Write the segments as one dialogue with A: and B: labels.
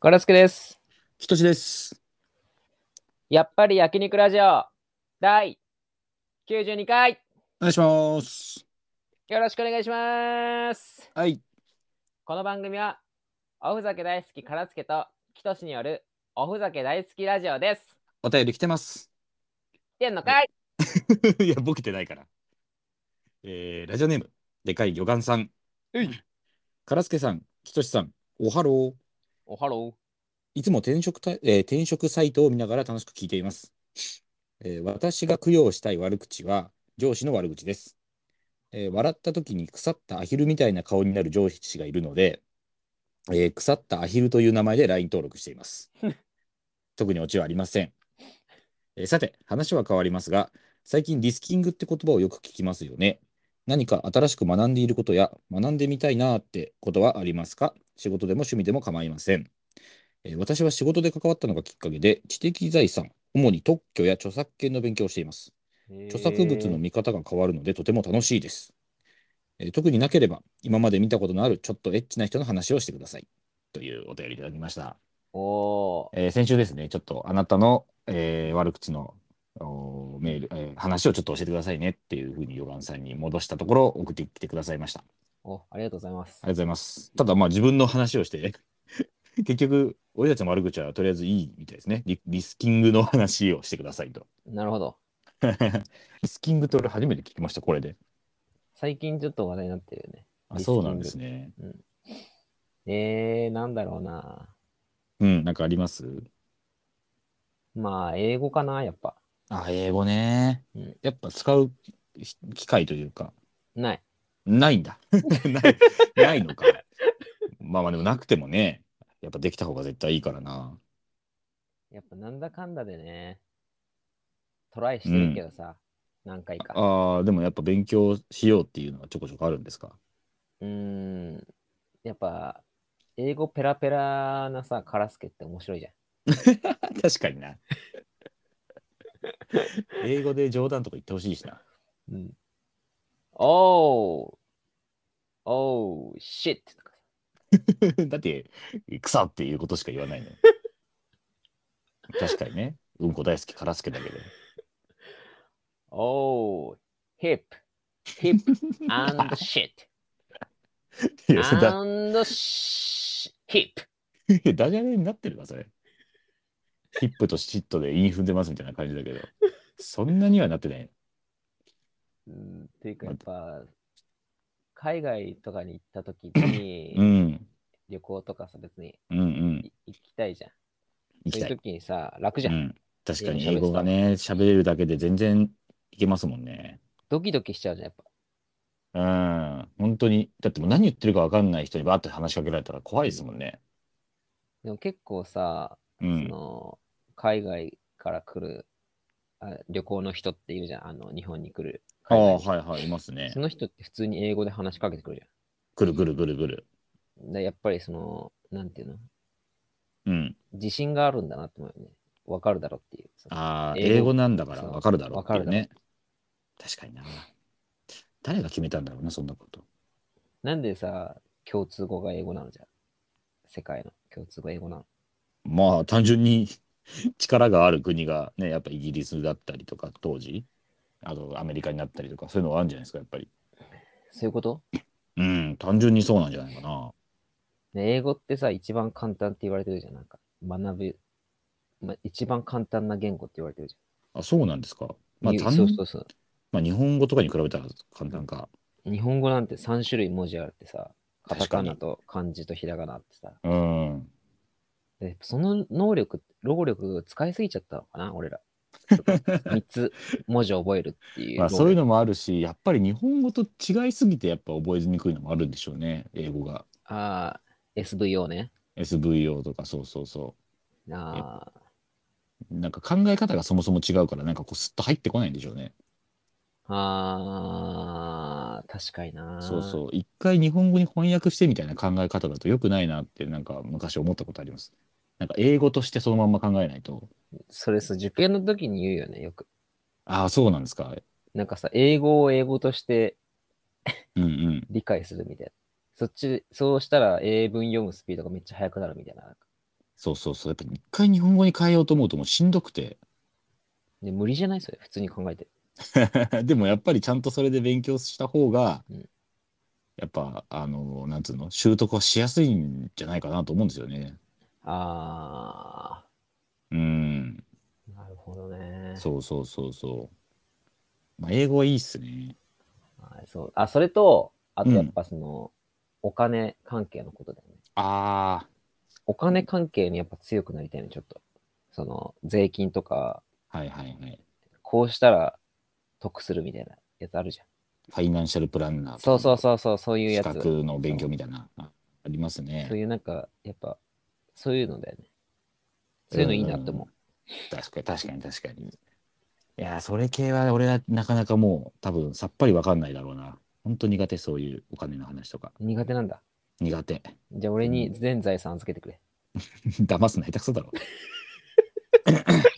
A: ガラスケです。
B: ひとしです。
A: やっぱり焼肉ラジオ第92回
B: お願いします。
A: よろしくお願いします。
B: はい。
A: この番組はおふざけ大好きからすけときとしによるおふざけ大好きラジオです。
B: お便り来てます。
A: てんのかい
B: いや、ボケてないから。えー、ラジオネーム、でかい魚眼さん。
A: うい
B: からすけさん、ひとしさん、おはろう。
A: おハロ
B: いつも転職た、えー転職サイトを見ながら楽しく聞いています。えー私が供養したい悪口は、上司の悪口です。えー笑った時に腐ったアヒルみたいな顔になる上司がいるので、えー腐ったアヒルという名前で LINE 登録しています。特にオチはありません。えーさて、話は変わりますが、最近リスキングって言葉をよく聞きますよね。何か新しく学んでいることや、学んでみたいなーってことはありますか仕事でも趣味でも構いません。えー私は仕事で関わったのがきっかけで、知的財産、主に特許や著作権の勉強をしています。
A: ー
B: 著作物の見方が変わるのでとても楽しいです。えー特になければ今まで見たことのあるちょっとエッチな人の話をしてください。というお便りいただきました。
A: おー
B: えー先週ですね、ちょっとあなたの、えー悪口のおーメール、えー話をちょっと教えてくださいねっていうふうに余ンさんに戻したところ送ってきてくださいました。あ
A: おありがとうございます
B: りが。とうございます。ただまあ自分の話をして 結局俺たちの悪口はとりあえずいいみたいですね。リリスキングの話をしてくださいと。
A: なるほど。
B: リスキングって俺初めて聞きました、これで。
A: 最近ちょっと話題になってるよね。
B: あ
A: リスキン
B: そ
A: グ
B: うなんですね。
A: えー、なんだろうな。
B: うん、なんかあります
A: まあ、英語かな、やっぱ。
B: あ、英語ね
A: うん。
B: やっぱ使うひ機会というか、
A: ない。
B: ないんだ。 ない、ないのか。まあまあでもなくてもね、やっぱできた方が絶対いいからな。
A: やっぱなんだかんだでね、トライしてるけどさ、何回か。
B: ああ、でもやっぱ勉強しようっていうのはちょこちょこあるんですか。
A: うーん。やっぱ、英語ペラペラなさ、カラスケって面白いじゃん。
B: 確かにな。英語で冗談とか言ってほしいしな。
A: うん。おーおー、シッとか
B: だって、草っていうことしか言わないの。 確かにね。うんこ大好き、からすけだけど。
A: おー、ヒップ、ヒ ップ、アンドシッ
B: い
A: ト、
B: や、それだ
A: アンドシヒップ。
B: いやダジャレになってるわ、それ。ヒップとシットで韻踏んでますみたいな感じだけど、そんなにはなってない。
A: うん、っていうか、やっぱ、海外とかに行った時に、
B: うん。
A: 旅行とかさ、別に
B: うんうん。
A: い行きたいじゃん。
B: 行
A: そうい
B: き
A: う
B: たい。
A: 時にさ、楽じ
B: う
A: ゃん。
B: ん。確かに
A: 英
B: 英
A: 語喋ってた
B: 語がね、喋れるだけで全然いけますもんね。
A: ドキドキしちゃうじゃん、やっぱ。
B: うん。本当に。だってもう何言ってるか分かんない人にバーって話しかけられたら怖いですもんね。
A: でも結構さ、
B: う
A: そ
B: ん。
A: の海外から来るあ旅行の人っているじゃん、あの日本に来る
B: あ
A: 海
B: あ、
A: 外に。
B: はいはい、いますね
A: そ。の人って普通に英語で話しかけてくる
B: ぐるぐるぐるぐる。
A: じゃん。でやっぱりその、なんていうの、
B: うん。
A: 自信があるんだなって思うよね。わかるだろうっていう。その
B: ああ、
A: 英語
B: 英語なんだから分かるだろうっていう
A: 分
B: ね。確かにな。誰が決めたんだろうな、そんなこと。
A: なんでさ、共通語が英語なのじゃん。世界の共通語英語なの。
B: まあ単純に力がある国がねやっぱイギリスだったりとか当時あとアメリカになったりとかそういうのがあるんじゃないですかやっぱり
A: そういうこと、
B: うん単純にそうなんじゃないかな
A: ね、英語ってさ、一番簡単って言われてるじゃん。なんか、学ぶ、ま、一番簡単な言語って言われてるじ
B: あそうなんですか
A: ゃ
B: まあ
A: ん。ゆ
B: 単
A: そうそうそう。
B: まあ日本語とかに比べたら簡単か
A: 日本語なんて3種類文字あるってさ、カタ
B: 確
A: カ
B: かに
A: ナと漢字とひらがなってさ、
B: うん
A: でその能力、労力使いすぎちゃったのかな、 俺ら。3つ文字覚えるっていう。
B: まあそういう
A: の。
B: のもあるしやっぱり日本語と違いすぎてやっぱ覚えにくいのもあるんでしょうね英語が
A: ああ、SVO ね。
B: SVO とかそうそうそ
A: ああ、
B: うなんか考え方がそもそも違うからなんかこうスッと入ってこないんでしょうね
A: ああ、確かにな。
B: そうそう一回日本語に翻訳してみたいな考え方だと良くないなってなんか昔思ったことありますなんか英語としてそのまんま考えないと
A: それさ、受験の時に言うよね、よく。
B: ああそうなんですか
A: なんかさ、英語を英語として
B: うんうん
A: 理解するみたいな。そっち、そうしたら英文読むスピードがめっちゃ速くなるみたいな。
B: そうそうそう。やっぱ一回日本語に変えようと思うともうしんどくて。
A: で、無理じゃないそれ、普通に考えて。
B: でもやっぱりちゃんとそれで勉強した方が
A: うん、
B: やっぱ、あの、なんつうの、習得はしやすいんじゃないかなと思うんですよね。
A: あ
B: うん。
A: ー、なるほどね。
B: そうそうそうそう。まあ、英語はいいっすね。
A: あそう。あ、それと、あ
B: う
A: とやっ
B: ん。
A: ぱその、お金関係のことだよね。
B: あ
A: お金関係にやっぱ強くなりたいね、ちょっと。その、税金とか、
B: あ、はいはいはい。
A: こうしたら得するみたいなやつあるじゃん。
B: ファイナンシャルプランナーと
A: そう
B: か
A: そう
B: の
A: そうそう、そういう
B: 資
A: やつ。
B: 格の勉強
A: そ
B: みたいな、ああります
A: う。そう
B: ね。
A: いうなんか、やっぱ、そういうのだよね。そう
B: う
A: いうのいいなって思
B: ん。確かに確かに確かに。いやー、それ系は俺はなかなかもう多分さっぱりわかんないだろうな。本当苦手、そういうお金の話とか。
A: う。苦手なんだ。
B: 苦手。
A: じゃあ俺
B: う
A: に
B: ん。
A: 全財産預けてくれ。
B: 騙すの下手くそだろ。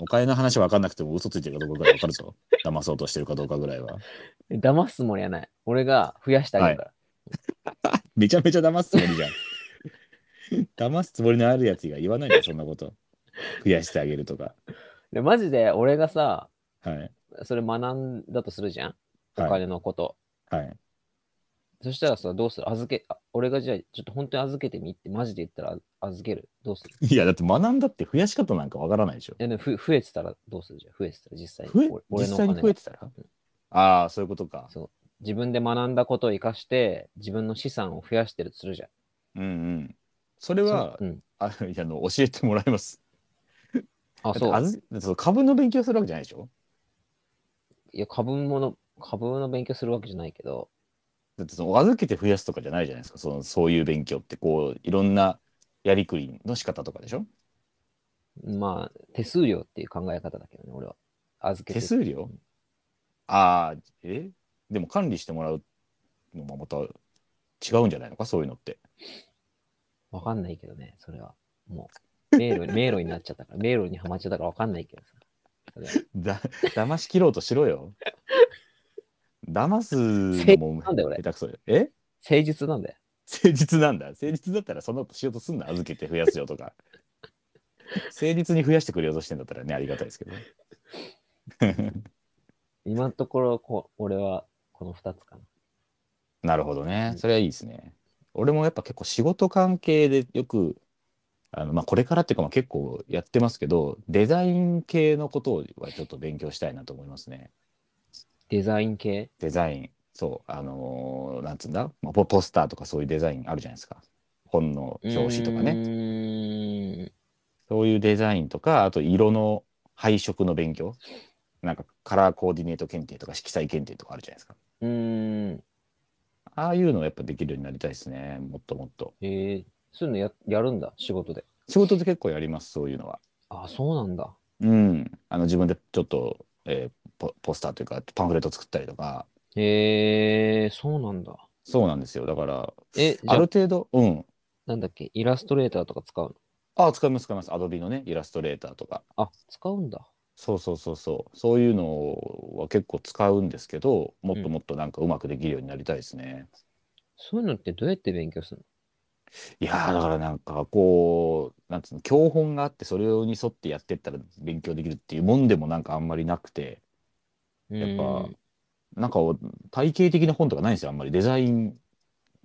B: お金の話わかんなくても嘘ついてるかどうかぐらいわかるぞ。騙そうとしてるかどうかぐらいは。
A: 騙すつもりはない。俺が増やしてあげ
B: は
A: る
B: い。
A: か
B: めちゃめちゃ騙すつもりじゃん。 騙すつもりのあるやつが言わないで、そんなこと。増やしてあげるとか。
A: ら。で、マジで俺がさ、
B: はい。
A: それ学んだとするじゃんお
B: はい。
A: 金のこと。
B: はい。
A: そしたらさ、どうする預け、あ俺がじゃあ、ちょっと本当に預けてみってマジで言ったらあ預ける。どうする
B: いや、だって学んだって増やし方なんかわからないでしょ。
A: いやでもふ増えてたらどうするじゃん増えてたら実際に。
B: 増え、
A: 俺俺
B: 実
A: のお
B: 際に
A: 金
B: 増え
A: が。
B: てたら
A: うん
B: ああー、そういうことか。
A: そう。自分で学んだことを生かして、自分の資産を増やしてるとするじゃん。
B: うんうん。それ
A: そん、
B: は、
A: うん。
B: あの、いやあの教えてもらいます。
A: あ、
B: だって
A: そ
B: あず、そう株の勉強するわけじゃないでしょ
A: う。いや、株もの、株の勉強するわけじゃないけど、
B: だってその預けて増やすとかじゃないじゃないですか。その、そういう勉強って、こう、いろんなやりくりの仕方とかでしょ
A: まあ、手数料っていう考え方だけどね、俺は。預け
B: 手
A: てる。
B: 数料
A: うん、
B: ああー、えでも管理してもらうのもまた違うんじゃないのかそういうのって。
A: わかんないけどね、それは。もう、迷路、迷路になっちゃったから、迷路にはまっちゃったからわかんないけどさ。それは。
B: だ、騙し切ろうとしろよ。騙
A: 誠
B: すの
A: 実
B: も
A: なんだよ、俺。
B: 下手くそよ。え
A: 誠実なんだよ。
B: 誠実なんだ。誠実だったらそんなことしようとすんな。預けて増やすよとか。誠実に増やしてくれようとしてんだったらね、ありがたいですけど。
A: 今のところこう、俺はこの2つかな。
B: なるほどね。
A: うん、
B: それはいいですね。俺もやっぱ結構仕事関係でよく、あの、まあ、これからっていうか、まあ、結構やってますけど、デザイン系のことはちょっと勉強したいなと思いますね。
A: デザイン系
B: デザイン。そう。あのーなんつうんだ、まあ、ポポスターとかそういうデザインあるじゃないですか。本の
A: う
B: 表紙とかね。
A: ーん。
B: そういうデザインとか、あと色の配色の勉強。なんかカラーコーディネート検定とか色彩検定とかあるじゃないですか。
A: うーん。
B: ああいうのをやっぱできるようになりたいですね。もっともっと。
A: えー、そういうのや、やるんだ、仕事で。
B: 仕事で結構やります、そういうのは。
A: あ、そうなんだ。
B: うん。あの自分でちょっと、えーポ、ポスターというかパンフレット作ったりとか。
A: えー、そうなんだ。
B: そうなんですよ。だから、
A: え、じ
B: あ
A: ゃあ、
B: る程度、うん。
A: なんだっけ、イラストレーターとか使うの
B: ああ、使います、使います。アドビのね、イラストレーターとか。
A: あ、使うんだ。
B: そうそうそうそう。そういうのは結構使うんですけど、も
A: う
B: っと
A: ん。
B: もっとなんかうまくできるようになりたいですね。
A: そういうのってどうやって勉強するの
B: いやーだからなんかこう、なんつうの、教本があってそれに沿ってやってったら勉強できるっていうもんでもなんかあんまりなくて、
A: う
B: やっ
A: ー
B: ぱ
A: ん。
B: なんか体系的な本とかないんですよ、あんまり。デザイン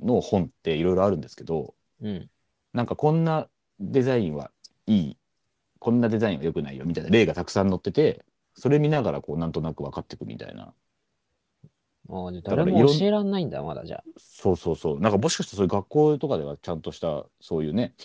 B: の本っていろいろあるんですけど、
A: うん。
B: なんかこんなデザインはいい、こんなデザインは良くないよみたいな例がたくさん載ってて、それ見ながらこうなんとなく分かっていくみたいな。
A: ああ、じゃあ
B: だ
A: 誰
B: から
A: も
B: いろ
A: 教
B: ん、
A: えらんないんだ、まだじゃあ。
B: そうそうそう。なんかもしかしたらそういう学校とかではちゃんとしたそういうね、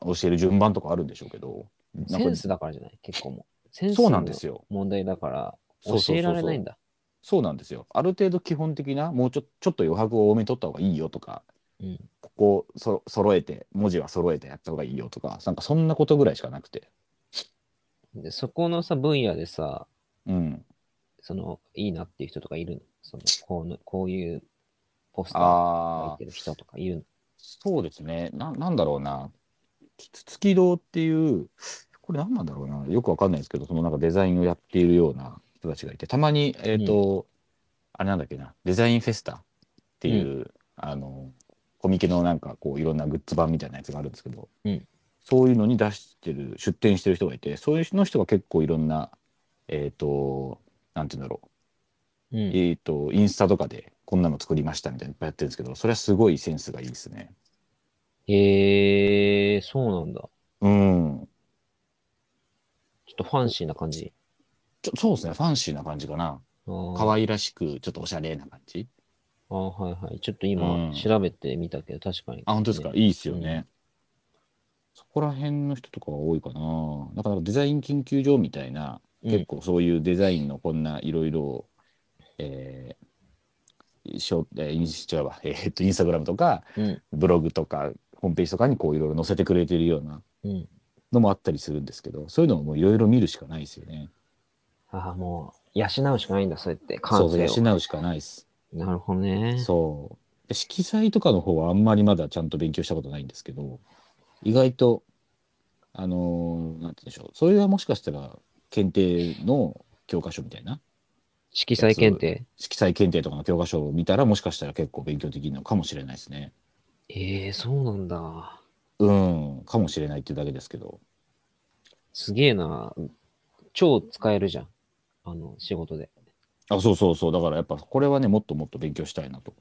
B: 教える順番とかあるんでしょうけど、なん
A: セ
B: か
A: ンスだからじゃない結構もう。セン
B: そう
A: ス
B: なんで
A: の
B: すよ。
A: 問題だから教
B: そうそう
A: え
B: そ
A: ら
B: う
A: れないん
B: そう。
A: だ。
B: そうなんですよ。ある程度基本的な、もうちょ、ちょっと余白を多めに取った方がいいよとか、
A: うん。
B: ここをそ揃えて、文字は揃えてやった方がいいよとか、なんかそんなことぐらいしかなくて。
A: で、そこのさ、分野でさ、
B: うん。
A: その、いいなっていう人とかいるのその、こうの、こういうポスター書い
B: ああ、
A: てる人とかいるの
B: そうですね。な、なんだろうな。きつつき堂っていう、これ何なんだろうな。よくわかんないですけど、そのなんかデザインをやっているような人たちがいて、たまに、えっ
A: うん。
B: と、あれなんだっけな、デザインフェスタって
A: うん。
B: いう、あの、コミケのなんかこういろんなグッズ版みたいなやつがあるんですけど、
A: うん。
B: そういうのに出してる、出店してる人がいて、そういう人の人が結構いろんな、えっ、と、なんて言うんだろ
A: う
B: う、
A: ん。
B: えっ、と、インスタとかでこんなの作りましたみたいなのいっぱいやってるんですけど、それはすごいセンスがいいですね。
A: へえ、そうなんだ。
B: うん。
A: ちょっとファンシーな感じ。
B: ちょ、そうですね、ファンシーな感じかな。
A: あ
B: 可
A: ー
B: 愛らしく、ちょっとおしゃれな感じ。
A: あー、はいはい。ちょっと
B: う
A: 今
B: ん
A: 調べてみたけど、確かに、ね。
B: あ、本当ですか。いいっすよ
A: うん
B: ね。そこら辺の人とかが多いかな。だからデザイン研究所みたいな、
A: う
B: 結
A: ん。
B: 構そういうデザインのこんないろいろを、えーしょえーインス違うわえーっと、インスタグラムとか、
A: うん。
B: ブログとか、ホームページとかにこういろいろ載せてくれてるような
A: うん。
B: のもあったりするんですけど、そういうのをもういろいろ見るしかないですよね。
A: ああ、もう、養うしかないんだ、そうやって、
B: そ
A: 感
B: うそう、
A: 性を。
B: 養うしかないです。
A: なるほどね。
B: そうで色彩とかの方はあんまりまだちゃんと勉強したことないんですけど、意外と、あのーなんて言うんでしょう。それはもしかしたら、検定の教科書みたいな
A: 色
B: や
A: 彩
B: つ、
A: 検定。
B: 色彩検定とかの教科書を見たら、もしかしたら結構勉強できるのかもしれないですね。
A: ええ、そうなんだ。
B: うん、かもしれないっていうだけですけど。
A: すげえな。超使えるじゃん。あの、仕事で。
B: あ、そうそうそう。だからやっぱこれはね、もっともっと勉強したいなと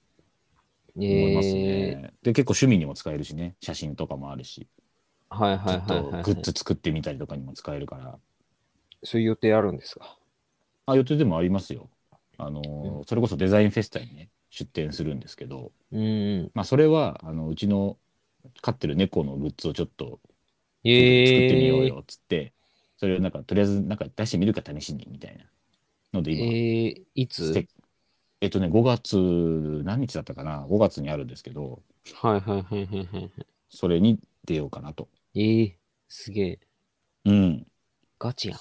B: 思います
A: ええ、
B: ね。で、結構趣味にも使えるしね、写真とかもあるし、
A: はいは
B: ちょ
A: い
B: っ
A: はい
B: と
A: はい
B: グ
A: は
B: ッズ
A: い。
B: 作ってみたりとかにも使えるから。
A: そういう予定あるんですか
B: あ、予定でもありますよ。あ
A: うん
B: のーそれこそデザインフェスタにね、出展するんですけど、
A: うんうん。
B: まあそれは、あの、うちの飼ってる猫のグッズをちょっと作る作ってみよ
A: え
B: う
A: え、
B: よっつって、それをなんかとりあえずなんか出してみるか試しにみたいなので今、
A: ええ、い
B: ス
A: つ
B: テえっとね、5月、何日だったかな ?5 月にあるんですけど、
A: はいはいはいはいはいは
B: それに出ようかなと。
A: い。ええ、すげえ。
B: うん。
A: ガチやん。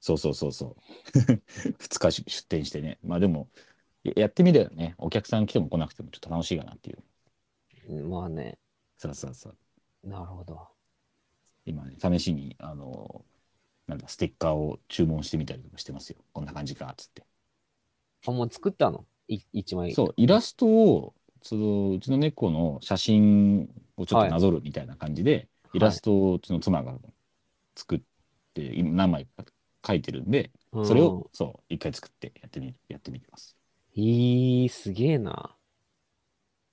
B: そうそうそうそう。2日 し出店してね。まあでも、ややってみればね、お客さん来ても来なくてもちょっと楽しいかなっていう。
A: うんまあね。
B: そうそうそう。
A: なるほど。
B: 今ね、試しに、あの、なんだ、ステッカーを注文してみたりとかしてますよ。こんな感じか、つって。
A: あ、もう作ったのい一枚。
B: そう、イラストを、その、うちの猫の写真をちょっと
A: はい。
B: なぞるみたいな感じで、イラ
A: は
B: ス
A: い。
B: トをうちの妻が作って今何枚か書いてるんで
A: う
B: それを
A: ん。
B: そう一回作ってやってみやってみてます
A: いい、すげえな。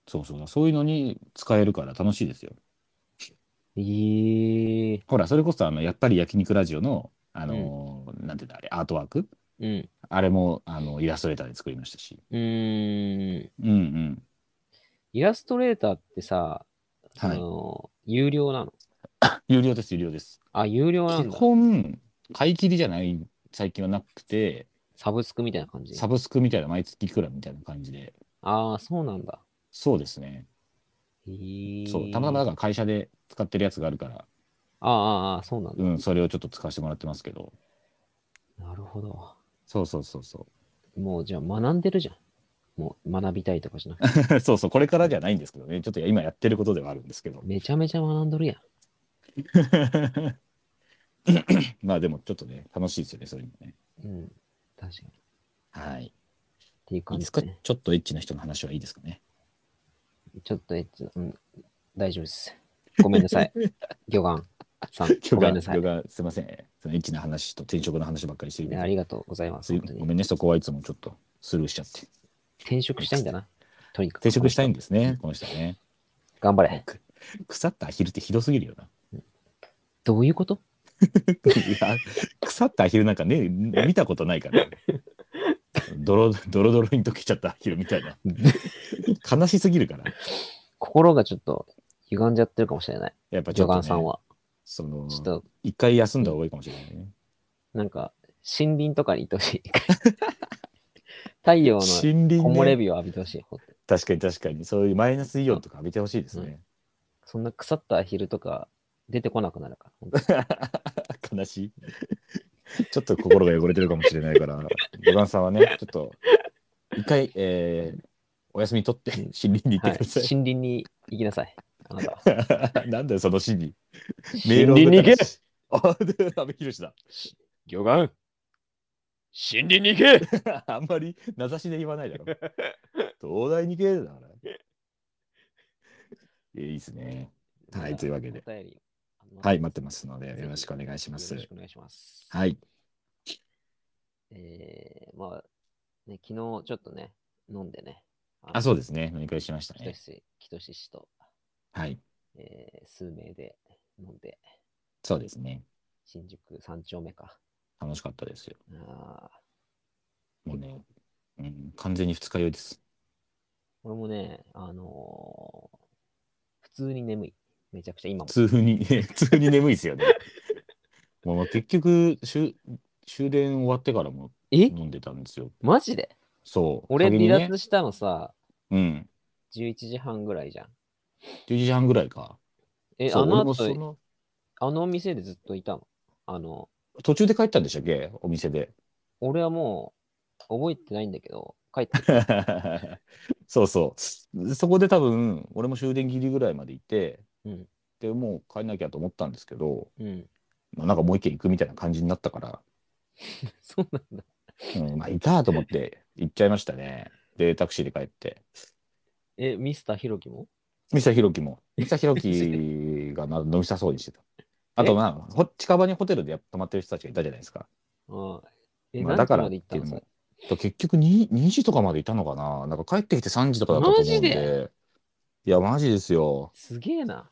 B: そうそうそういうのに使えるから楽しいですよ
A: いい。
B: ほらそれこそあのやっぱり焼肉ラジオのあ
A: うん。
B: のーなんていうんだあれアートワーク
A: うん。
B: あれもあのイラストレーターで作りましたし
A: うーん。
B: うんうん
A: イラストレーターってさ、そ
B: はい
A: の、有料なの
B: 有料です有料です
A: あ、有料な
B: 基
A: んだ。
B: 本買い切りじゃない最近はなくて
A: サブスクみたいな感じ
B: サブスクみたいな毎月いくらみたいな感じで
A: ああー、そうなんだ。
B: そうですねそうたまたま
A: い
B: だ
A: い。
B: から会社で使ってるやつがあるから
A: あーあー、あーそうなん
B: う
A: だ。
B: ん、それをちょっと使わせてもらってますけど。
A: なるほど。
B: そうそうそうそ
A: もうじゃあ学んでるじゃん。もう学びたいとかじゃなくて。
B: う。 そうそう、これからじゃないんですけどね。ちょっと今やってることではあるんですけど。
A: めちゃめちゃ学んどるやん。
B: まあでもちょっとね、楽しいですよね、それもね。
A: うん。確かに。っ
B: はい。
A: ていう
B: いい
A: 感
B: で
A: じ
B: すか
A: ね。
B: ちょっとエッチな人の話はいいですかね。
A: ちょっとエッチな、うん、大丈夫です。ごめんなさ い。魚眼さん、
B: 魚
A: ごめん
B: が、
A: なさ
B: 魚
A: い。
B: が、すいません。そのエッチな話と転職の話ばっかりしてる
A: ね
B: け
A: あ
B: ど、
A: りがとうございますす。
B: い
A: 本当
B: ご
A: に。
B: めんね、そこはいつもちょっとスルーしちゃって。
A: 転職したいん
B: く
A: だな。とにか
B: 転
A: くこ
B: 職
A: の
B: したい
A: 人。
B: んです
A: う
B: ね、
A: ん。
B: この人はね。
A: 頑張
B: もう
A: れ。
B: く腐ったアヒルってひどすぎるよな。
A: どういうこと
B: いや、腐ったアヒルなんかね、見たことないから。ドロ、ドロドロに溶けちゃったアヒルみたいな。悲しすぎるから。
A: 心がちょっと歪んじゃってるかもしれない。
B: やっぱ
A: 助
B: ちょっと
A: 眼さん
B: ね、
A: は。
B: そ
A: ち
B: の、
A: ょっと、
B: 一回休ん
A: う
B: だ
A: ん
B: 方がいいかもしれないね。
A: なんか、森林とかに行ってほしい。 太陽の
B: 森林
A: 木漏れ
B: ね。
A: 日を浴びてほしい。ほんと
B: 確かに確かに。そういうマイナスイオン
A: そ
B: とか浴びてほしいで
A: う。
B: す
A: うん。
B: ね。
A: そんな腐ったアヒルとか出てこなくなるから。ほ んと
B: 悲しい。ちょっと心が汚れてるかもしれないから、ドガンさんはね、ちょっと一回、えーお休み取って
A: うん
B: 森林に行って
A: はい。
B: ください。
A: 森林に行きなさい。あなたは。
B: なんだよ、その心理。メー
A: 森
B: ル
A: 林
B: 送っ
A: に
B: た
A: 行
B: ら
A: け
B: し、あ、で阿部寛だ。
A: 魚眼森林に行け
B: あんまり名指しで言わないだろ。東大に行けだから。えいいですね。はい、というわけ
A: お
B: で。
A: 便り。
B: はい、
A: ま
B: 待ってますので、よろしくお願いします
A: よろ。しくお願いします。
B: はい。
A: えー、まあ、ね、昨日ちょっとね、飲んでね。あ
B: あ、そうですね。飲み会しました
A: きと
B: ね。
A: し、きとし氏と、
B: はい。
A: えー、数名で飲んで、
B: そうですね。
A: 新宿三丁目か。
B: 楽しかったですよ。
A: あー
B: もうね、うん、完全に二日酔いです。
A: 俺もね、あのー普通に眠い。めちゃくちゃ今も。
B: 普通に、 普通に眠いです よね。もう結局、終終電終わってからも
A: え
B: 飲んでたんですよ。
A: マジで
B: そう。
A: 俺
B: 仮に
A: 離
B: ね
A: 脱したのさ、
B: うん。
A: 11時半ぐらいじゃん。
B: 11時半ぐらいか。
A: え、
B: そう
A: あの
B: 俺もそ
A: 後、
B: の
A: あの店でずっといたの。あの、
B: 途中で帰ったんでしたっけお店で。
A: 俺はもう覚えてないんだけど、帰 って、
B: そうそう。そこで多分、俺も終電切りぐらいまでいて、
A: うん、
B: で、もう帰んなきゃと思ったんですけど、
A: うん。
B: まあ、なんかもう一軒行くみたいな感じになったから、
A: そうなんだ。
B: うん、まあ、いたと思って行っちゃいましたね。で、タクシーで帰って。
A: え、ミスターひろきも
B: 三沢ひろきも。三沢ひろ きがな飲みさそうにしてた。あと、まあ、ほ近場にホテルでや泊まってる人たちがいたじゃないですか。
A: ああえ、
B: まあ、
A: 何
B: だ
A: 時
B: から
A: ま
B: っ
A: で
B: て
A: 行ったの
B: いうの
A: そ
B: も
A: れ。
B: だから結局 2, 2時とかまでいたのかななんか帰ってきて3時とかだったと思うんで。
A: マジ
B: いや、マジですよ。
A: すげえな。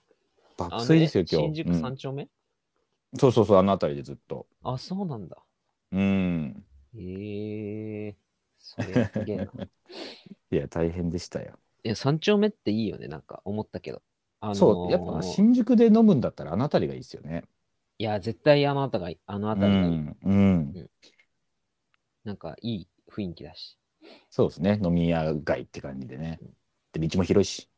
B: 爆
A: あの
B: 睡ですよ
A: え、
B: 今
A: 新
B: 日、
A: 宿
B: う
A: 三
B: ん
A: 丁目、
B: そうそうそう、あの辺りでずっと。
A: あ、そうなんだ。
B: うん。
A: ええそれす げえな。
B: いや、大変でしたよ。
A: いや、三丁目っていいよね、なんか思ったけど。あのー
B: そう、やっぱ新宿で飲むんだったらあの辺りがいいですよね。
A: いや、絶対あの辺がいい、あの
B: う
A: 辺りがいい、
B: ん。うん。
A: なんかいい雰囲気だし。
B: そうですね。飲み屋街って感じでね。で、道も広いし、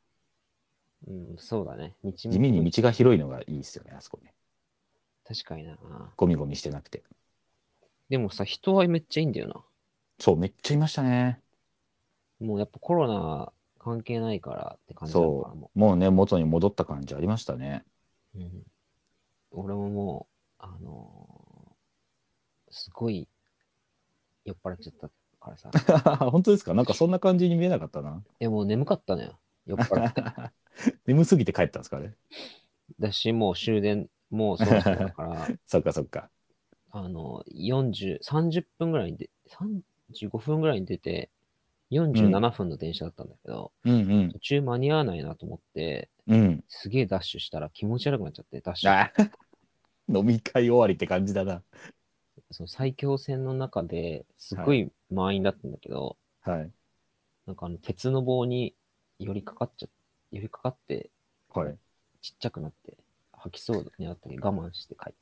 A: うん、そうだね。道も
B: 地味に道が広いのがいいですよね、あそこね。
A: 確かにな。
B: ゴミゴミしてなくて。
A: でもさ、人はめっちゃいいんだよな。
B: そう、めっちゃいましたね。
A: もうやっぱコロナ関係ないからって感じなのかな、
B: そ
A: も
B: う。もうね、元に戻った感じありましたね。
A: う。うん、俺ももう、あのーすごい酔っ払っちゃったから さ。
B: 本当ですかなんかそんな感じに見えなかったな。
A: でもう眠かったのよ。酔っ払って。
B: 眠すぎて帰ったんですかね。
A: だし、もう終電、もうそろそろだから、
B: そっかそっか。
A: あの、40、30分ぐらいにで、35分ぐらいに出て、47分の電車だったんだけど、
B: うん
A: 途中間に合わないなと思って、
B: うん。うん。
A: すげえダッシュしたら気持ち悪くなっちゃって、ダッシュ。
B: あ 飲み会終わりって感じだな。
A: その最強戦の中ですごい満員だったんだけど、
B: はい。
A: なんかあの、鉄の棒に寄りかかっちゃ、寄りかかって、
B: はい。
A: ちっちゃくなって、吐きそうになったけど我慢して帰っ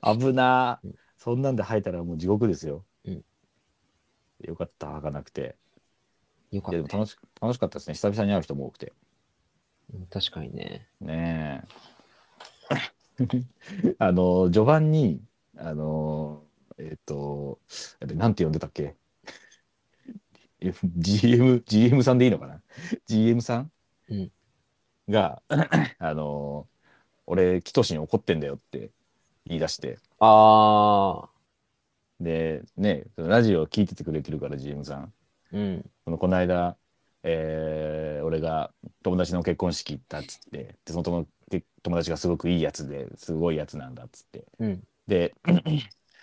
A: た。
B: 危な
A: うん
B: そんなんで吐いたらもう地獄ですよ。
A: うん
B: よかった、吐かなくて。
A: よか
B: い
A: った、
B: や、でも楽し楽しかったですね。久々に会う人も多くて。
A: うん確かにね。
B: ねえ。 あの、序盤に、あの、えっ、と、あれなんて呼んでたっけ ?GM、GM さんでいいのかな ?GM さん、
A: うん
B: が、あの、俺、キトシに怒ってんだよって言い出して、
A: あ
B: で、ね、ラジオ聞いててくれてるから、GM さん。
A: ー、うん、
B: このこの間、えー俺が友達の結婚式行ったっつってでその友達友達がすごくいいやつですごいやつなんだっつって
A: うん、
B: でい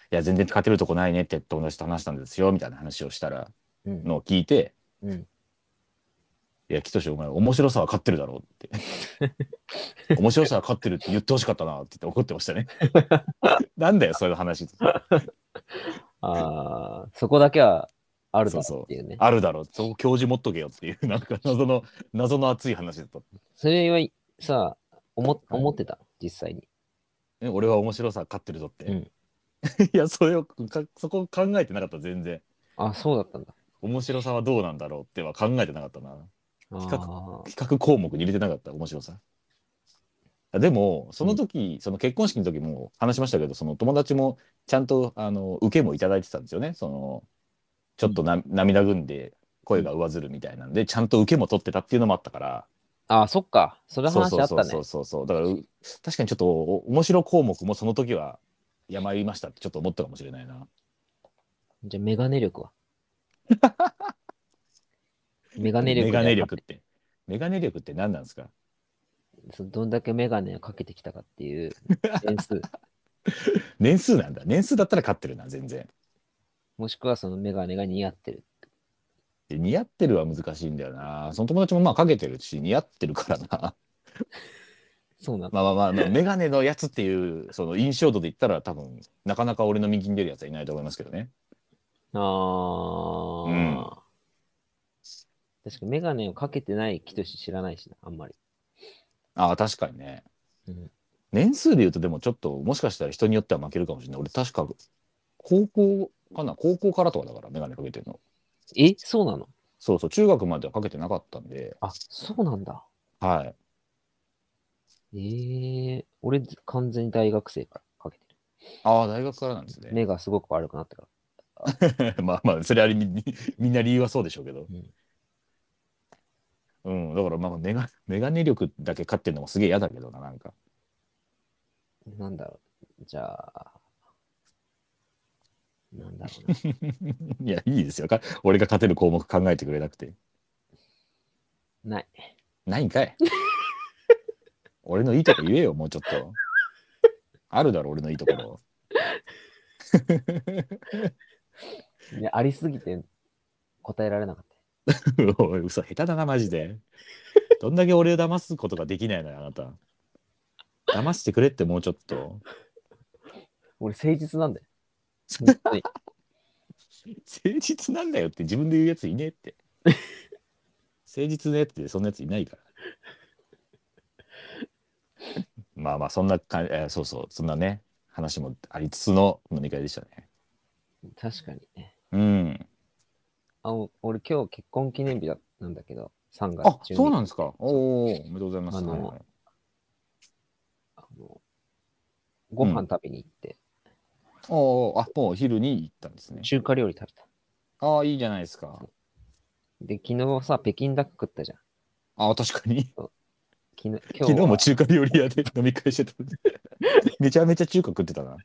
B: や全然勝てるとこないねって友達と話したんですよみたいな話をしたら
A: うん、
B: のを聞いて
A: うん。
B: 「いやきとしお前面白さは勝ってるだろ」って「面白さは勝ってるって言ってほしかったな」って言って怒ってましたねなんだよそういう話
A: ああ、そこだけはあるだろうっていうね。
B: あるだろそう教授持っとけよっていうなんか謎の謎の熱い話だった
A: それはさ、思思ってた、実際に。
B: ね俺は面白さ勝ってるぞって、
A: うん
B: いやそれをかそこ考えてなかった全然
A: あそうだったんだ。
B: 面白さはどうなんだろうっては考えてなかったな
A: あ
B: 比較
A: ー
B: 企画項目に入れてなかった面白さでもその時、その結婚式の時も話しましたけどその友達もちゃんとあの受けもいただいてたんですよねそのちょっとな、涙ぐんで声が上ずるみたいなんでちゃんと受けも取ってたっていうのもあったから、
A: あー、そっか。その
B: そう
A: 話
B: そ
A: あ
B: う
A: ったね。
B: そうそうそうそうだからう確かにちょっとお面白項目もその時はやまりましたってちょっと思ったかもしれないな
A: じゃあ、メガネ力 は。メガネ力
B: メ
A: じゃ
B: ガ
A: な
B: ネ
A: かっ
B: 力ってメガネ力って何なんですか
A: そのどんだけメガネをかけてきたかっていう点 数、
B: 年数なんだ。年数だったら勝ってるな、全然。
A: もしくはそのメガネが似合ってる。
B: で似合ってるは難しいんだよな。その友達もまあかけてるし、似合ってるからな。
A: そうなの。
B: まあまあまあ、まあ、メガネのやつっていう、その印象度で言ったら多分、なかなか俺の右に出るやつはいないと思いますけどね。
A: ああ、
B: うん
A: 確かにメガネをかけてない木とし知らないしな、あんまり。
B: ああ、確かにね。
A: うん
B: 年数で言うとでもちょっと、もしかしたら人によっては負けるかもしれない。俺確か、高校かな高校からとかだから、メガネかけてるの。
A: え、そうなの
B: そうそう、中学まではかけてなかったんで、
A: あ、そうなんだ。
B: はい。
A: ええ俺完全に大学生からかけて
B: ああ、大学からなんです
A: る。
B: ね。
A: 目がすごく悪くなったから。
B: まあまあ、それありみ、みんな理由はそうでしょうけど。
A: うん
B: うん、だからまあメガ、メガネ力だけ勝ってるのもすげえ嫌だけどな、なんか。
A: なんだろう。じゃあ、なんだろうな。
B: いや、いいですよ。か俺が勝てる項目考えてくれなくて。
A: ない。
B: ないんかい。俺のいいとこ言えよ、もうちょっと。あるだろ、俺のいいところ。
A: いや、ありすぎて答えられなかった。
B: おい、嘘、下手だな、マジで。どんだけ俺を騙すことができないのよ、あなた。騙してくれって、もうちょっと。
A: 俺、誠実なんだ よ。本当に
B: 誠実なんだよって自分で言うやついねえって。誠実なやつってそんなやついないから。まあまあそんなかえーそうそうそんなね話もありつつの飲み会でしたね。
A: 確かにね。
B: うん。
A: あお俺、今日結婚記念日だなんだけど、3月
B: あ
A: 12
B: そうなんですか。おおおめでとうございます。
A: あの
B: はいはい
A: あのご飯食べに行って、
B: おーあもうお昼に行ったんですね。
A: 中華料理食べた。
B: ああいいじゃないですか。
A: で、昨日さ、北京ダック食ったじゃん。
B: ああ確かに。
A: 昨日今日は
B: 昨日も中華料理屋で飲み会 してた。めちゃめちゃ中華食ってたな。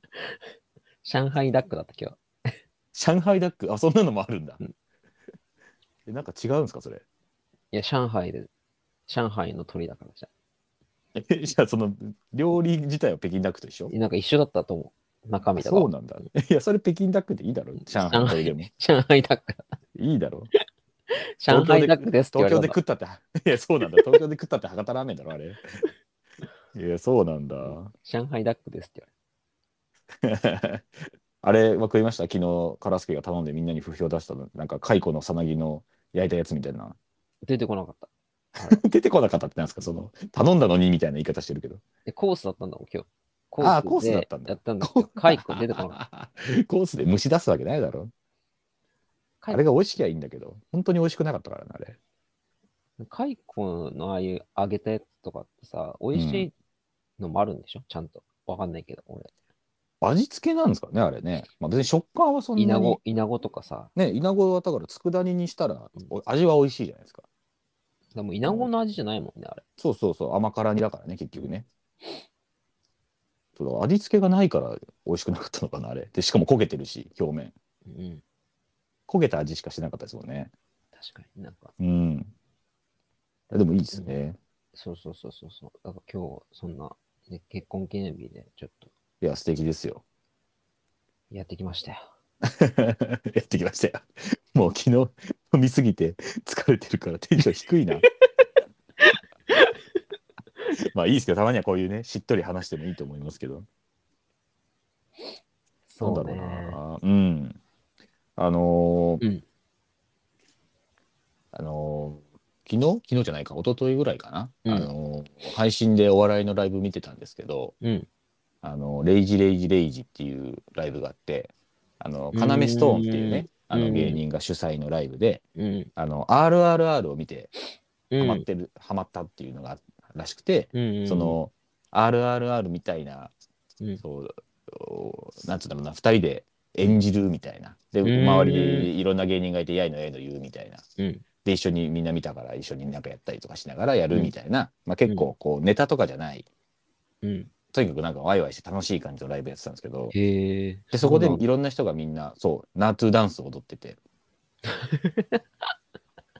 A: 上海ダックだった今日。
B: 上海ダックあそんなのもあるんだ
A: うん。
B: えなんか違うんですかそれ。
A: いや、上海で、上海の鳥だからじ
B: えじゃあその料理自体は北京ダックと一緒
A: ゃん。なんか一緒だったと思う。中身とか
B: そうなんだ。いやそれ北京ダックでいいだろ上海の鳥 でも。
A: 上海ダックだ。
B: いいだろ
A: 上海ダックですって言わ
B: 東
A: れ
B: 京
A: た
B: で
A: んだ
B: 食ったって。いやそうなんだ。東京で食ったって博多ラーメンだ ろあれ。いやそうなんだ。
A: 上海ダックですって言われ
B: あれは食いました昨日カラスケが頼んでみんなに不評出したのなんか蚕のさなぎの焼いたやつみたいな
A: た。出てこなかった。
B: 出てこなかったってなんですかその頼んだのにみたいな言い方してるけど
A: で、コースだったんだもん、今日。コースで
B: あーコースだったんだ
A: やったんだけど、カイコ出てこなかっ
B: コースで虫出すわけないだろ。
A: た。
B: あれが美味しきゃいいんだけど、本当に美味しくなかったからな、あれ。
A: カイコのああいう揚げたやつとかってさ、美味しいのもあるんでしょ、ちゃんと。わかんないけど、俺。
B: 味付けなんですかね、あれね。まあ、別に食感はそんな
A: イ
B: に。
A: ナゴ、イナゴとかさ。
B: ね、イナゴはだから佃煮にしたら、お味は美味しいじゃないですか。
A: でもイナゴの味じゃないもんね、あれ。
B: そうそうそう、甘辛煮だからね、結局ね。そうだ味付けがないから美味しくなかったのかな、あれ。で、しかも焦げてるし、表面。
A: うん。
B: 焦げた味しかしなかったですもんね。
A: 確かになんか、
B: うん。でもいいですね。
A: そうそうそうそうそう。だから今日、そんな、ね、結婚記念日でちょっと
B: いや、素敵ですよ。
A: やってきましたよ。
B: やってきましたよ。もう昨日飲みすぎて疲れてるからテンション低いな。まあいいですけどたまにはこういうねしっとり話してもいいと思いますけど。
A: そう
B: なんだ
A: ね。
B: ろうな。うん。あのー
A: うん
B: あのー昨日昨日じゃないか一昨日ぐらいかな、
A: うん
B: あのー配信でお笑いのライブ見てたんですけど、
A: うん。
B: あの、レイジレイジレイジっていうライブがあって、あの、カナメストーンっていうね、
A: うん
B: あの芸人が主催のライブで、
A: うん。
B: あの、RRR を見て
A: う
B: ハ
A: ん。
B: マってる、ハマったっていうのがらしくて、
A: うんうん
B: そ、の、RRR みたいな、
A: うん
B: そう、おなんつうんだろうな、二人で演じるみたいな。で、
A: うん
B: 周りでいろんな芸人がいて、やいのやいの言うみたいな。
A: うん。
B: で、一緒にみんな見たから一緒になんかやったりとかしながらやるみたいな、まあ結構こう、ネタとかじゃない、
A: うん。
B: とにかくなんかワイワイして楽しい感じのライブやってたんですけど、
A: へえ。
B: でそこで
A: うなんだ
B: いろんな人がみんなそうナートゥダンスを踊っててっ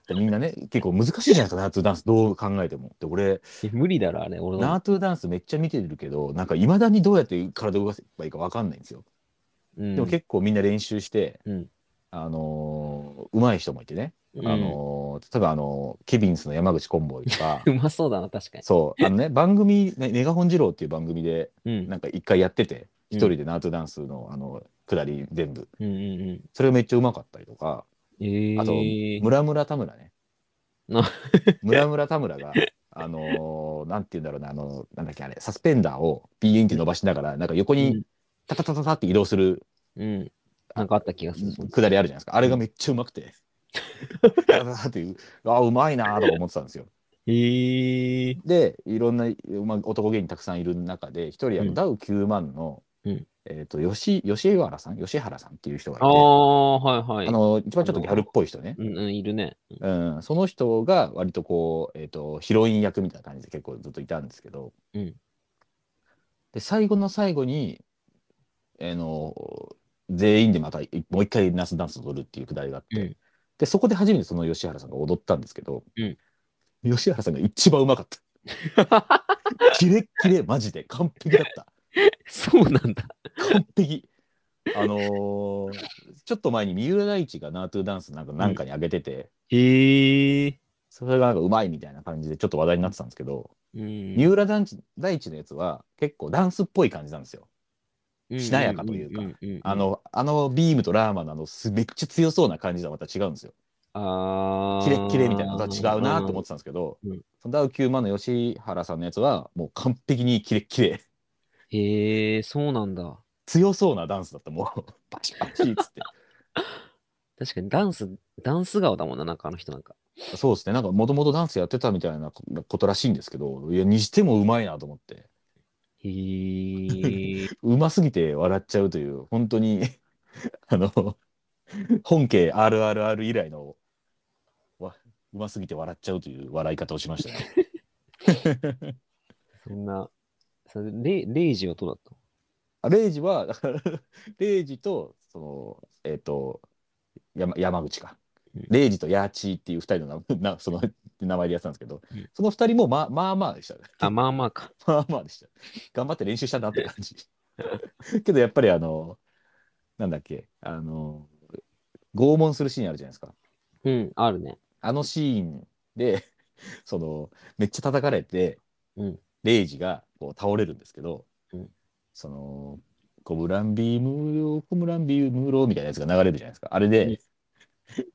B: てみんなね、結構難しいじゃないですか、ナートゥダンス、どう考えても。で、俺、
A: え無理だろ、あれ。俺
B: ナー
A: の。
B: トゥダンスめっちゃ見てるけど、なんかいまだにどうやって体動かせばいいかわかんないんですよ。
A: うん
B: でも結構みんな練習して、
A: うん
B: あのー、上手い人もいてね、
A: うん
B: あのー、例えばあのーケビンスの山口コンボイとか、
A: うまそうだな、確かに。
B: そう、あのね、番組、ねメガホン二郎っていう番組で、
A: うん。
B: なんか一回やってて、
A: うん
B: 一人でナートゥダンスの、あの、下り全部。
A: うんうんうん。
B: それがめっちゃうまかったりとか、
A: えー、
B: あと、ムラムラ田村ね
A: な。
B: ムラムラ 田村が、あのーなんて言うんだろうな、あのなんだっけ、あれ、サスペンダーをビーンって伸ばしながら、なんか横
A: う
B: に
A: ん
B: タタタタタって移動する
A: うん。なんかあった気がする。
B: くだりあるじゃないですか。あれがめっちゃうま くて。タタタタっていう、あーうまいなーとか思ってたんですよ。
A: えー、
B: で、いろんな、まあ、男芸人たくさんいる中で、一人、あ
A: う
B: の
A: ん
B: ダウ9万の、
A: うん
B: えっ、と、吉、吉原さん吉原さんっていう人がい
A: あ
B: て、
A: あ、はいはい。
B: あの、一番ちょっとギャルっぽい人ね。
A: うんうん、いるね。
B: うん、その人が割とこう、えっとヒロイン役みたいな感じで結構ずっといたんですけど、
A: うん
B: で最後の最後に、あの全員でまたいもう一回ナスダンスを踊るっていうくだりがあって、
A: うん
B: でそこで初めてその吉原さんが踊ったんですけど、
A: うん
B: 吉原さんが一番うまかった。キレッキレマジで完璧だった。
A: そうなんだ。
B: 完璧。あのーちょっと前に三浦大知がナートゥダンスなんかなんかに上げてて、
A: へえ。
B: それがなんかうまいみたいな感じでちょっと話題になってたんですけど、
A: うん
B: 三浦大知大知のやつは結構ダンスっぽい感じなんですよ。しなやかというか
A: んんんん
B: あ、の、あのビームとラーマのあのすめっちゃ強そうな感じとはまた違うんですよ。
A: あ
B: キレッキレみたいなのとは違うなと思っててたんですけど
A: うん、
B: そのダウ9万の吉原さんのやつはもう完璧にキレッキレ。
A: へえ、そうなんだ。
B: 強そうなダンスだったもうバチバチっつって
A: 確かにダンス、ダンス顔だもんな、なんかあの人なんか。
B: そうですねなんかもともとダンスやってたみたいなことらしいんですけどいやにしてもうまいなと思って
A: へえ。
B: うますぎて笑っちゃうという、本当に、 あの、本家 RRR 以来の、わうますぎて笑っちゃうという笑い方をしましたね。
A: そんな、それレイレイジはどうだったの
B: あレイジは、だ からレイジと、その、えっ、と、山山口か
A: うん。
B: レイジとヤーチーっていう二人の名なその名前でやってたんですけど
A: うん、
B: その二人もまあまあまあでした ね。
A: あ、まあまあか。
B: まあまあでした。頑張って練習したなって感 じ。けどやっぱりあの、なんだっけ、あの、拷問するシーンあるじゃないですか。
A: うん、ある ね。
B: あのシーンで、 その、めっちゃ叩かれて、
A: うん
B: レイジがこう倒れるんですけど、
A: うん
B: その、コムランビームーロー、コムランビームーローみたいなやつが流れるじゃないですか。あれで、
A: うん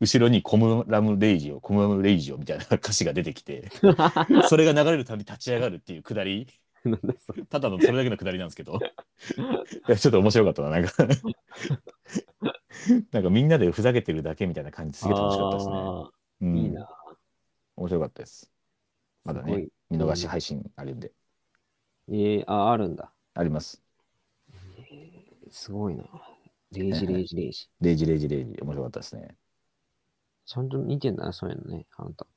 B: 後ろにコムラムレイジを、コムラムレイジをみたいな歌詞が出て きて、
A: なんだ
B: それが流れるたび立ち上がるっていうくだり。
A: それ
B: ただのそれだけのくだりなんで すけど。いや、ちょっと面白かったな、なんか。なんかみんなでふざけてるだけみたいな感じ、すげえ楽しかったですね。
A: あ
B: う
A: ー
B: ん、
A: いいな。
B: 面白かったです。まだ
A: すご
B: ね
A: い、
B: 見逃し配信あるんで、
A: ええ、あ、あるんだ。
B: あります。
A: すごいな。レイジ、レイジ、レイジ。
B: レイジレイジレイジ、面白かったですね。
A: ちゃんと見てんだな、そういうのね、あんた。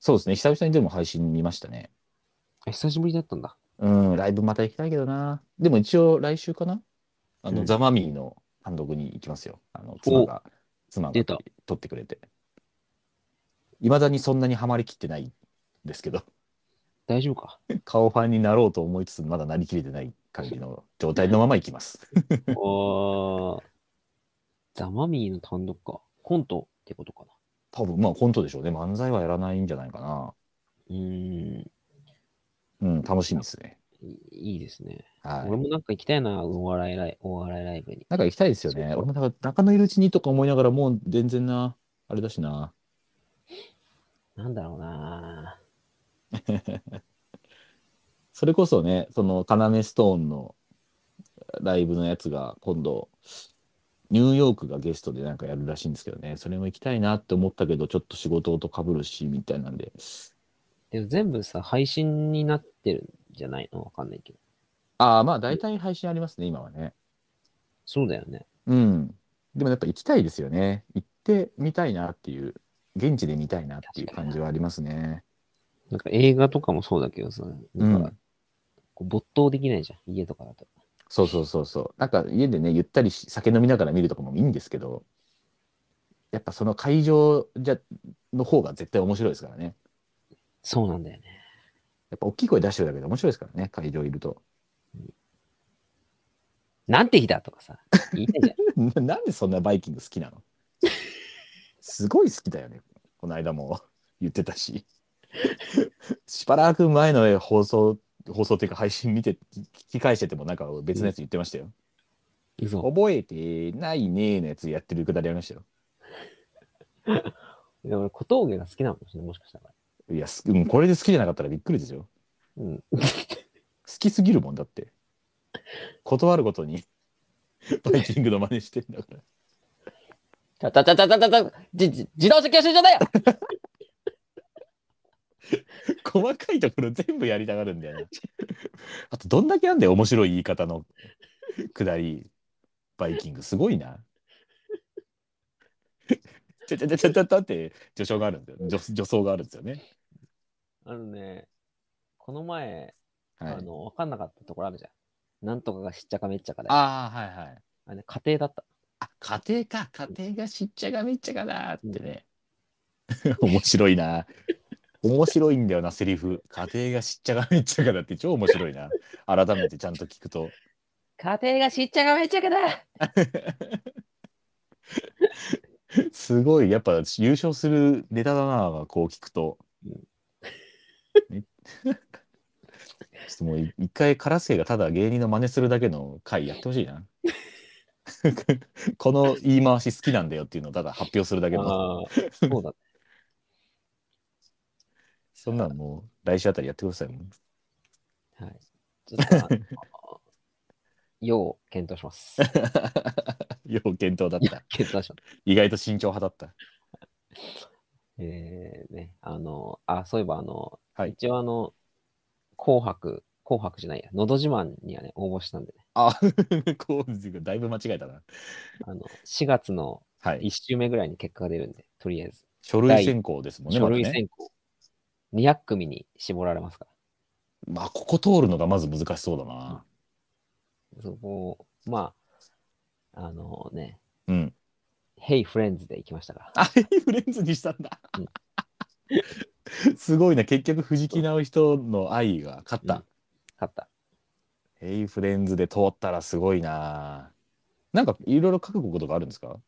B: そうですね、久々にでも配信見ましたね。
A: あ久しぶりだったんだ。
B: うん、ライブまた行きたいけどな。でも一応来週かなあの、
A: うん
B: ザ・マミィの単独に行きますよ。あの、妻が、妻
A: 出
B: が
A: た
B: 撮ってくれて。いまだにそんなにはまりきってないんですけど、
A: 大丈夫か。
B: 顔ファンになろうと思いつつ、まだなりきれてない感じの状態のまま行 きます。
A: おー。ザ・マミーの単独か。コントってことか
B: 多分、まあコントでしょうね。漫才はやらないんじゃないかな。
A: な。うーん。
B: うん、楽しみですね。
A: いいいですね。
B: はい
A: 俺。もなんか行きたいな、お笑いライお笑いライブに。
B: なんか行きたいですよ
A: そ
B: ね。
A: う
B: 俺もなんか仲のいるうちにとか思いながら、もう全然な、あれだしな。
A: なんだろうな。
B: それこそね、その、要ストーンのライブのやつが、今度、ニューヨークがゲストでなんかやるらしいんですけどね、それも行きたいなって思ったけど、ちょっと仕事とかぶるし、みたいなんで。
A: でも全部さ、配信になってるんじゃないのわかんないけど。
B: ああ、まあ、大体配信ありますね、今はね。
A: そうだよね。
B: うん。でもやっぱ行きたいですよね。行ってみたいなっていう、現地で見たいなっていう感じはありますね。
A: なんか映画とかもそうだけどさ、
B: う
A: なんか
B: ん。
A: こう没頭できないじゃん、家とかだと。
B: そうそうそうそう。なんか家でね、ゆったりし酒飲みながら見るとかもいいんですけど、やっぱその会場じゃの方が絶対面白いですからね。
A: そうなんだよね。
B: やっぱ大きい声出してるだけで面白いですからね、会場いると。
A: なんて日だとかさ、言いたいじゃん。
B: ななんでそんなバイキング好きなのすごい好きだよね。この間も言ってたし。しばらく前の放送、放送っていうか配信見て、聞き返しててもなんか別のやつ言ってましたよ。
A: 嘘。
B: 覚えてないねーのやつやってるくだりありましたよ。
A: いや俺、小峠が好きなのかもしれない、もしかしたら。
B: いや、すうんこれで好きじゃなかったらびっくりですよ。
A: うん。
B: 好きすぎるもんだって。断るごとにバイキングの真似してんだから。
A: ちゃちゃちゃちゃちゃちゃ、じ、じ、自動車教習所だよ
B: 細かいところ全部やりたがるんだよね。あとどんだけあんだよ面白い言い方のくだりバイキングすごいな。ちゃちゃちゃちゃちゃちゃって序章があるんだよ序序奏があるんですよね。
A: あのね、この前、
B: はい、
A: あの、わかんなかったところあるじゃん。なんとかがしっちゃかめっちゃかで。あ
B: あーはいはい。
A: れね、家庭だった。
B: あ家庭か家庭がしっちゃがめっちゃかなーってね。面白いな。面白いんだよなセリフ。家庭がしっちゃがめっちゃかだって超面白いな。改めてちゃんと聞くと。
A: 家庭がしっちゃかめっちゃかだ
B: すごい、やっぱ優勝するネタだな、こう聞くと。 ねちょっともうい一回、カラスケがただ芸人の真似するだけの回やってほしいな。 この言い回し好きなんだよっていうのをただ発表するだけの、
A: ああ、そうだ。
B: そんなのもう来週あたりやってくださいもん。
A: はい。ちょっとあの、要検討し ます。
B: 要検討だった。
A: 検討します。
B: 意外と慎重派だった。
A: えー、ね、あの、あ、そういえば、あの、
B: はい
A: 一応あの、紅白、紅白じゃないや、のど自慢にはね、応募したんでね、
B: あ、こう、だいぶ間違えたな。
A: あの、4月の
B: はい。
A: 1週目ぐらいに結果が出るんで、とりあえず、
B: 書類選考ですもんね、
A: 書類
B: まだね。
A: 選考、200組に絞られますか
B: まあ、ここ通るのがまず難しそうだな。
A: ら、そこを、まあ、あのね、
B: うん。
A: Hey Friends で行きましたから。
B: あヘイフレンズにしたんだ
A: うん。
B: すごいな、結局藤木直人の愛が勝った。
A: 勝った。
B: ヘイフレンズで通ったらすごいな。なんかいろいろ書くことがあるんですか。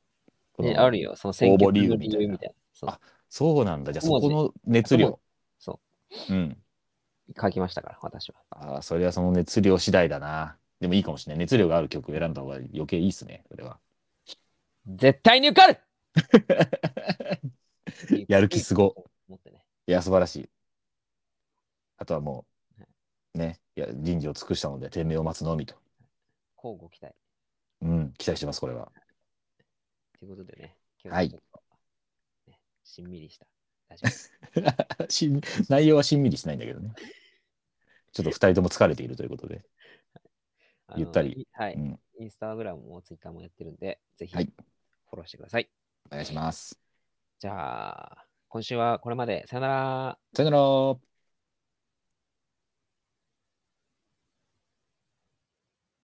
B: こ
A: ね
B: の
A: あるよ、その選挙
B: 応募理由
A: の
B: みたいな
A: みたいな。そう
B: あそうなんだ、じゃあそ
A: 後文字
B: この熱量。。
A: そう
B: ん。
A: 書きましたから、私は。
B: ああ、それはその熱量次第だな。でもいいかもしれない。熱量がある曲を選んだ方が余計いいっすね、それは。
A: 絶対に受かる
B: やる気すご。
A: 持ってね。
B: いや、素晴らしい。あとはもう、ね、いや人事を尽くしたので、天命を待つのみと。
A: 交互期待。
B: うん、期待してます、これは。
A: ということでね、今
B: はい
A: 日ちょっと、ねしんみりした。ラジオです
B: しん内容はしんみりしないんだけどね。ちょっと2人とも疲れているということで。
A: あの
B: ゆったり。
A: いはいう
B: ん、
A: インスタグラムもツイッターもやってるんで、ぜひフ
B: はい
A: ォローしてください。
B: お願いします。
A: じゃあ、今週はこれまで。さよなら。
B: さよなら。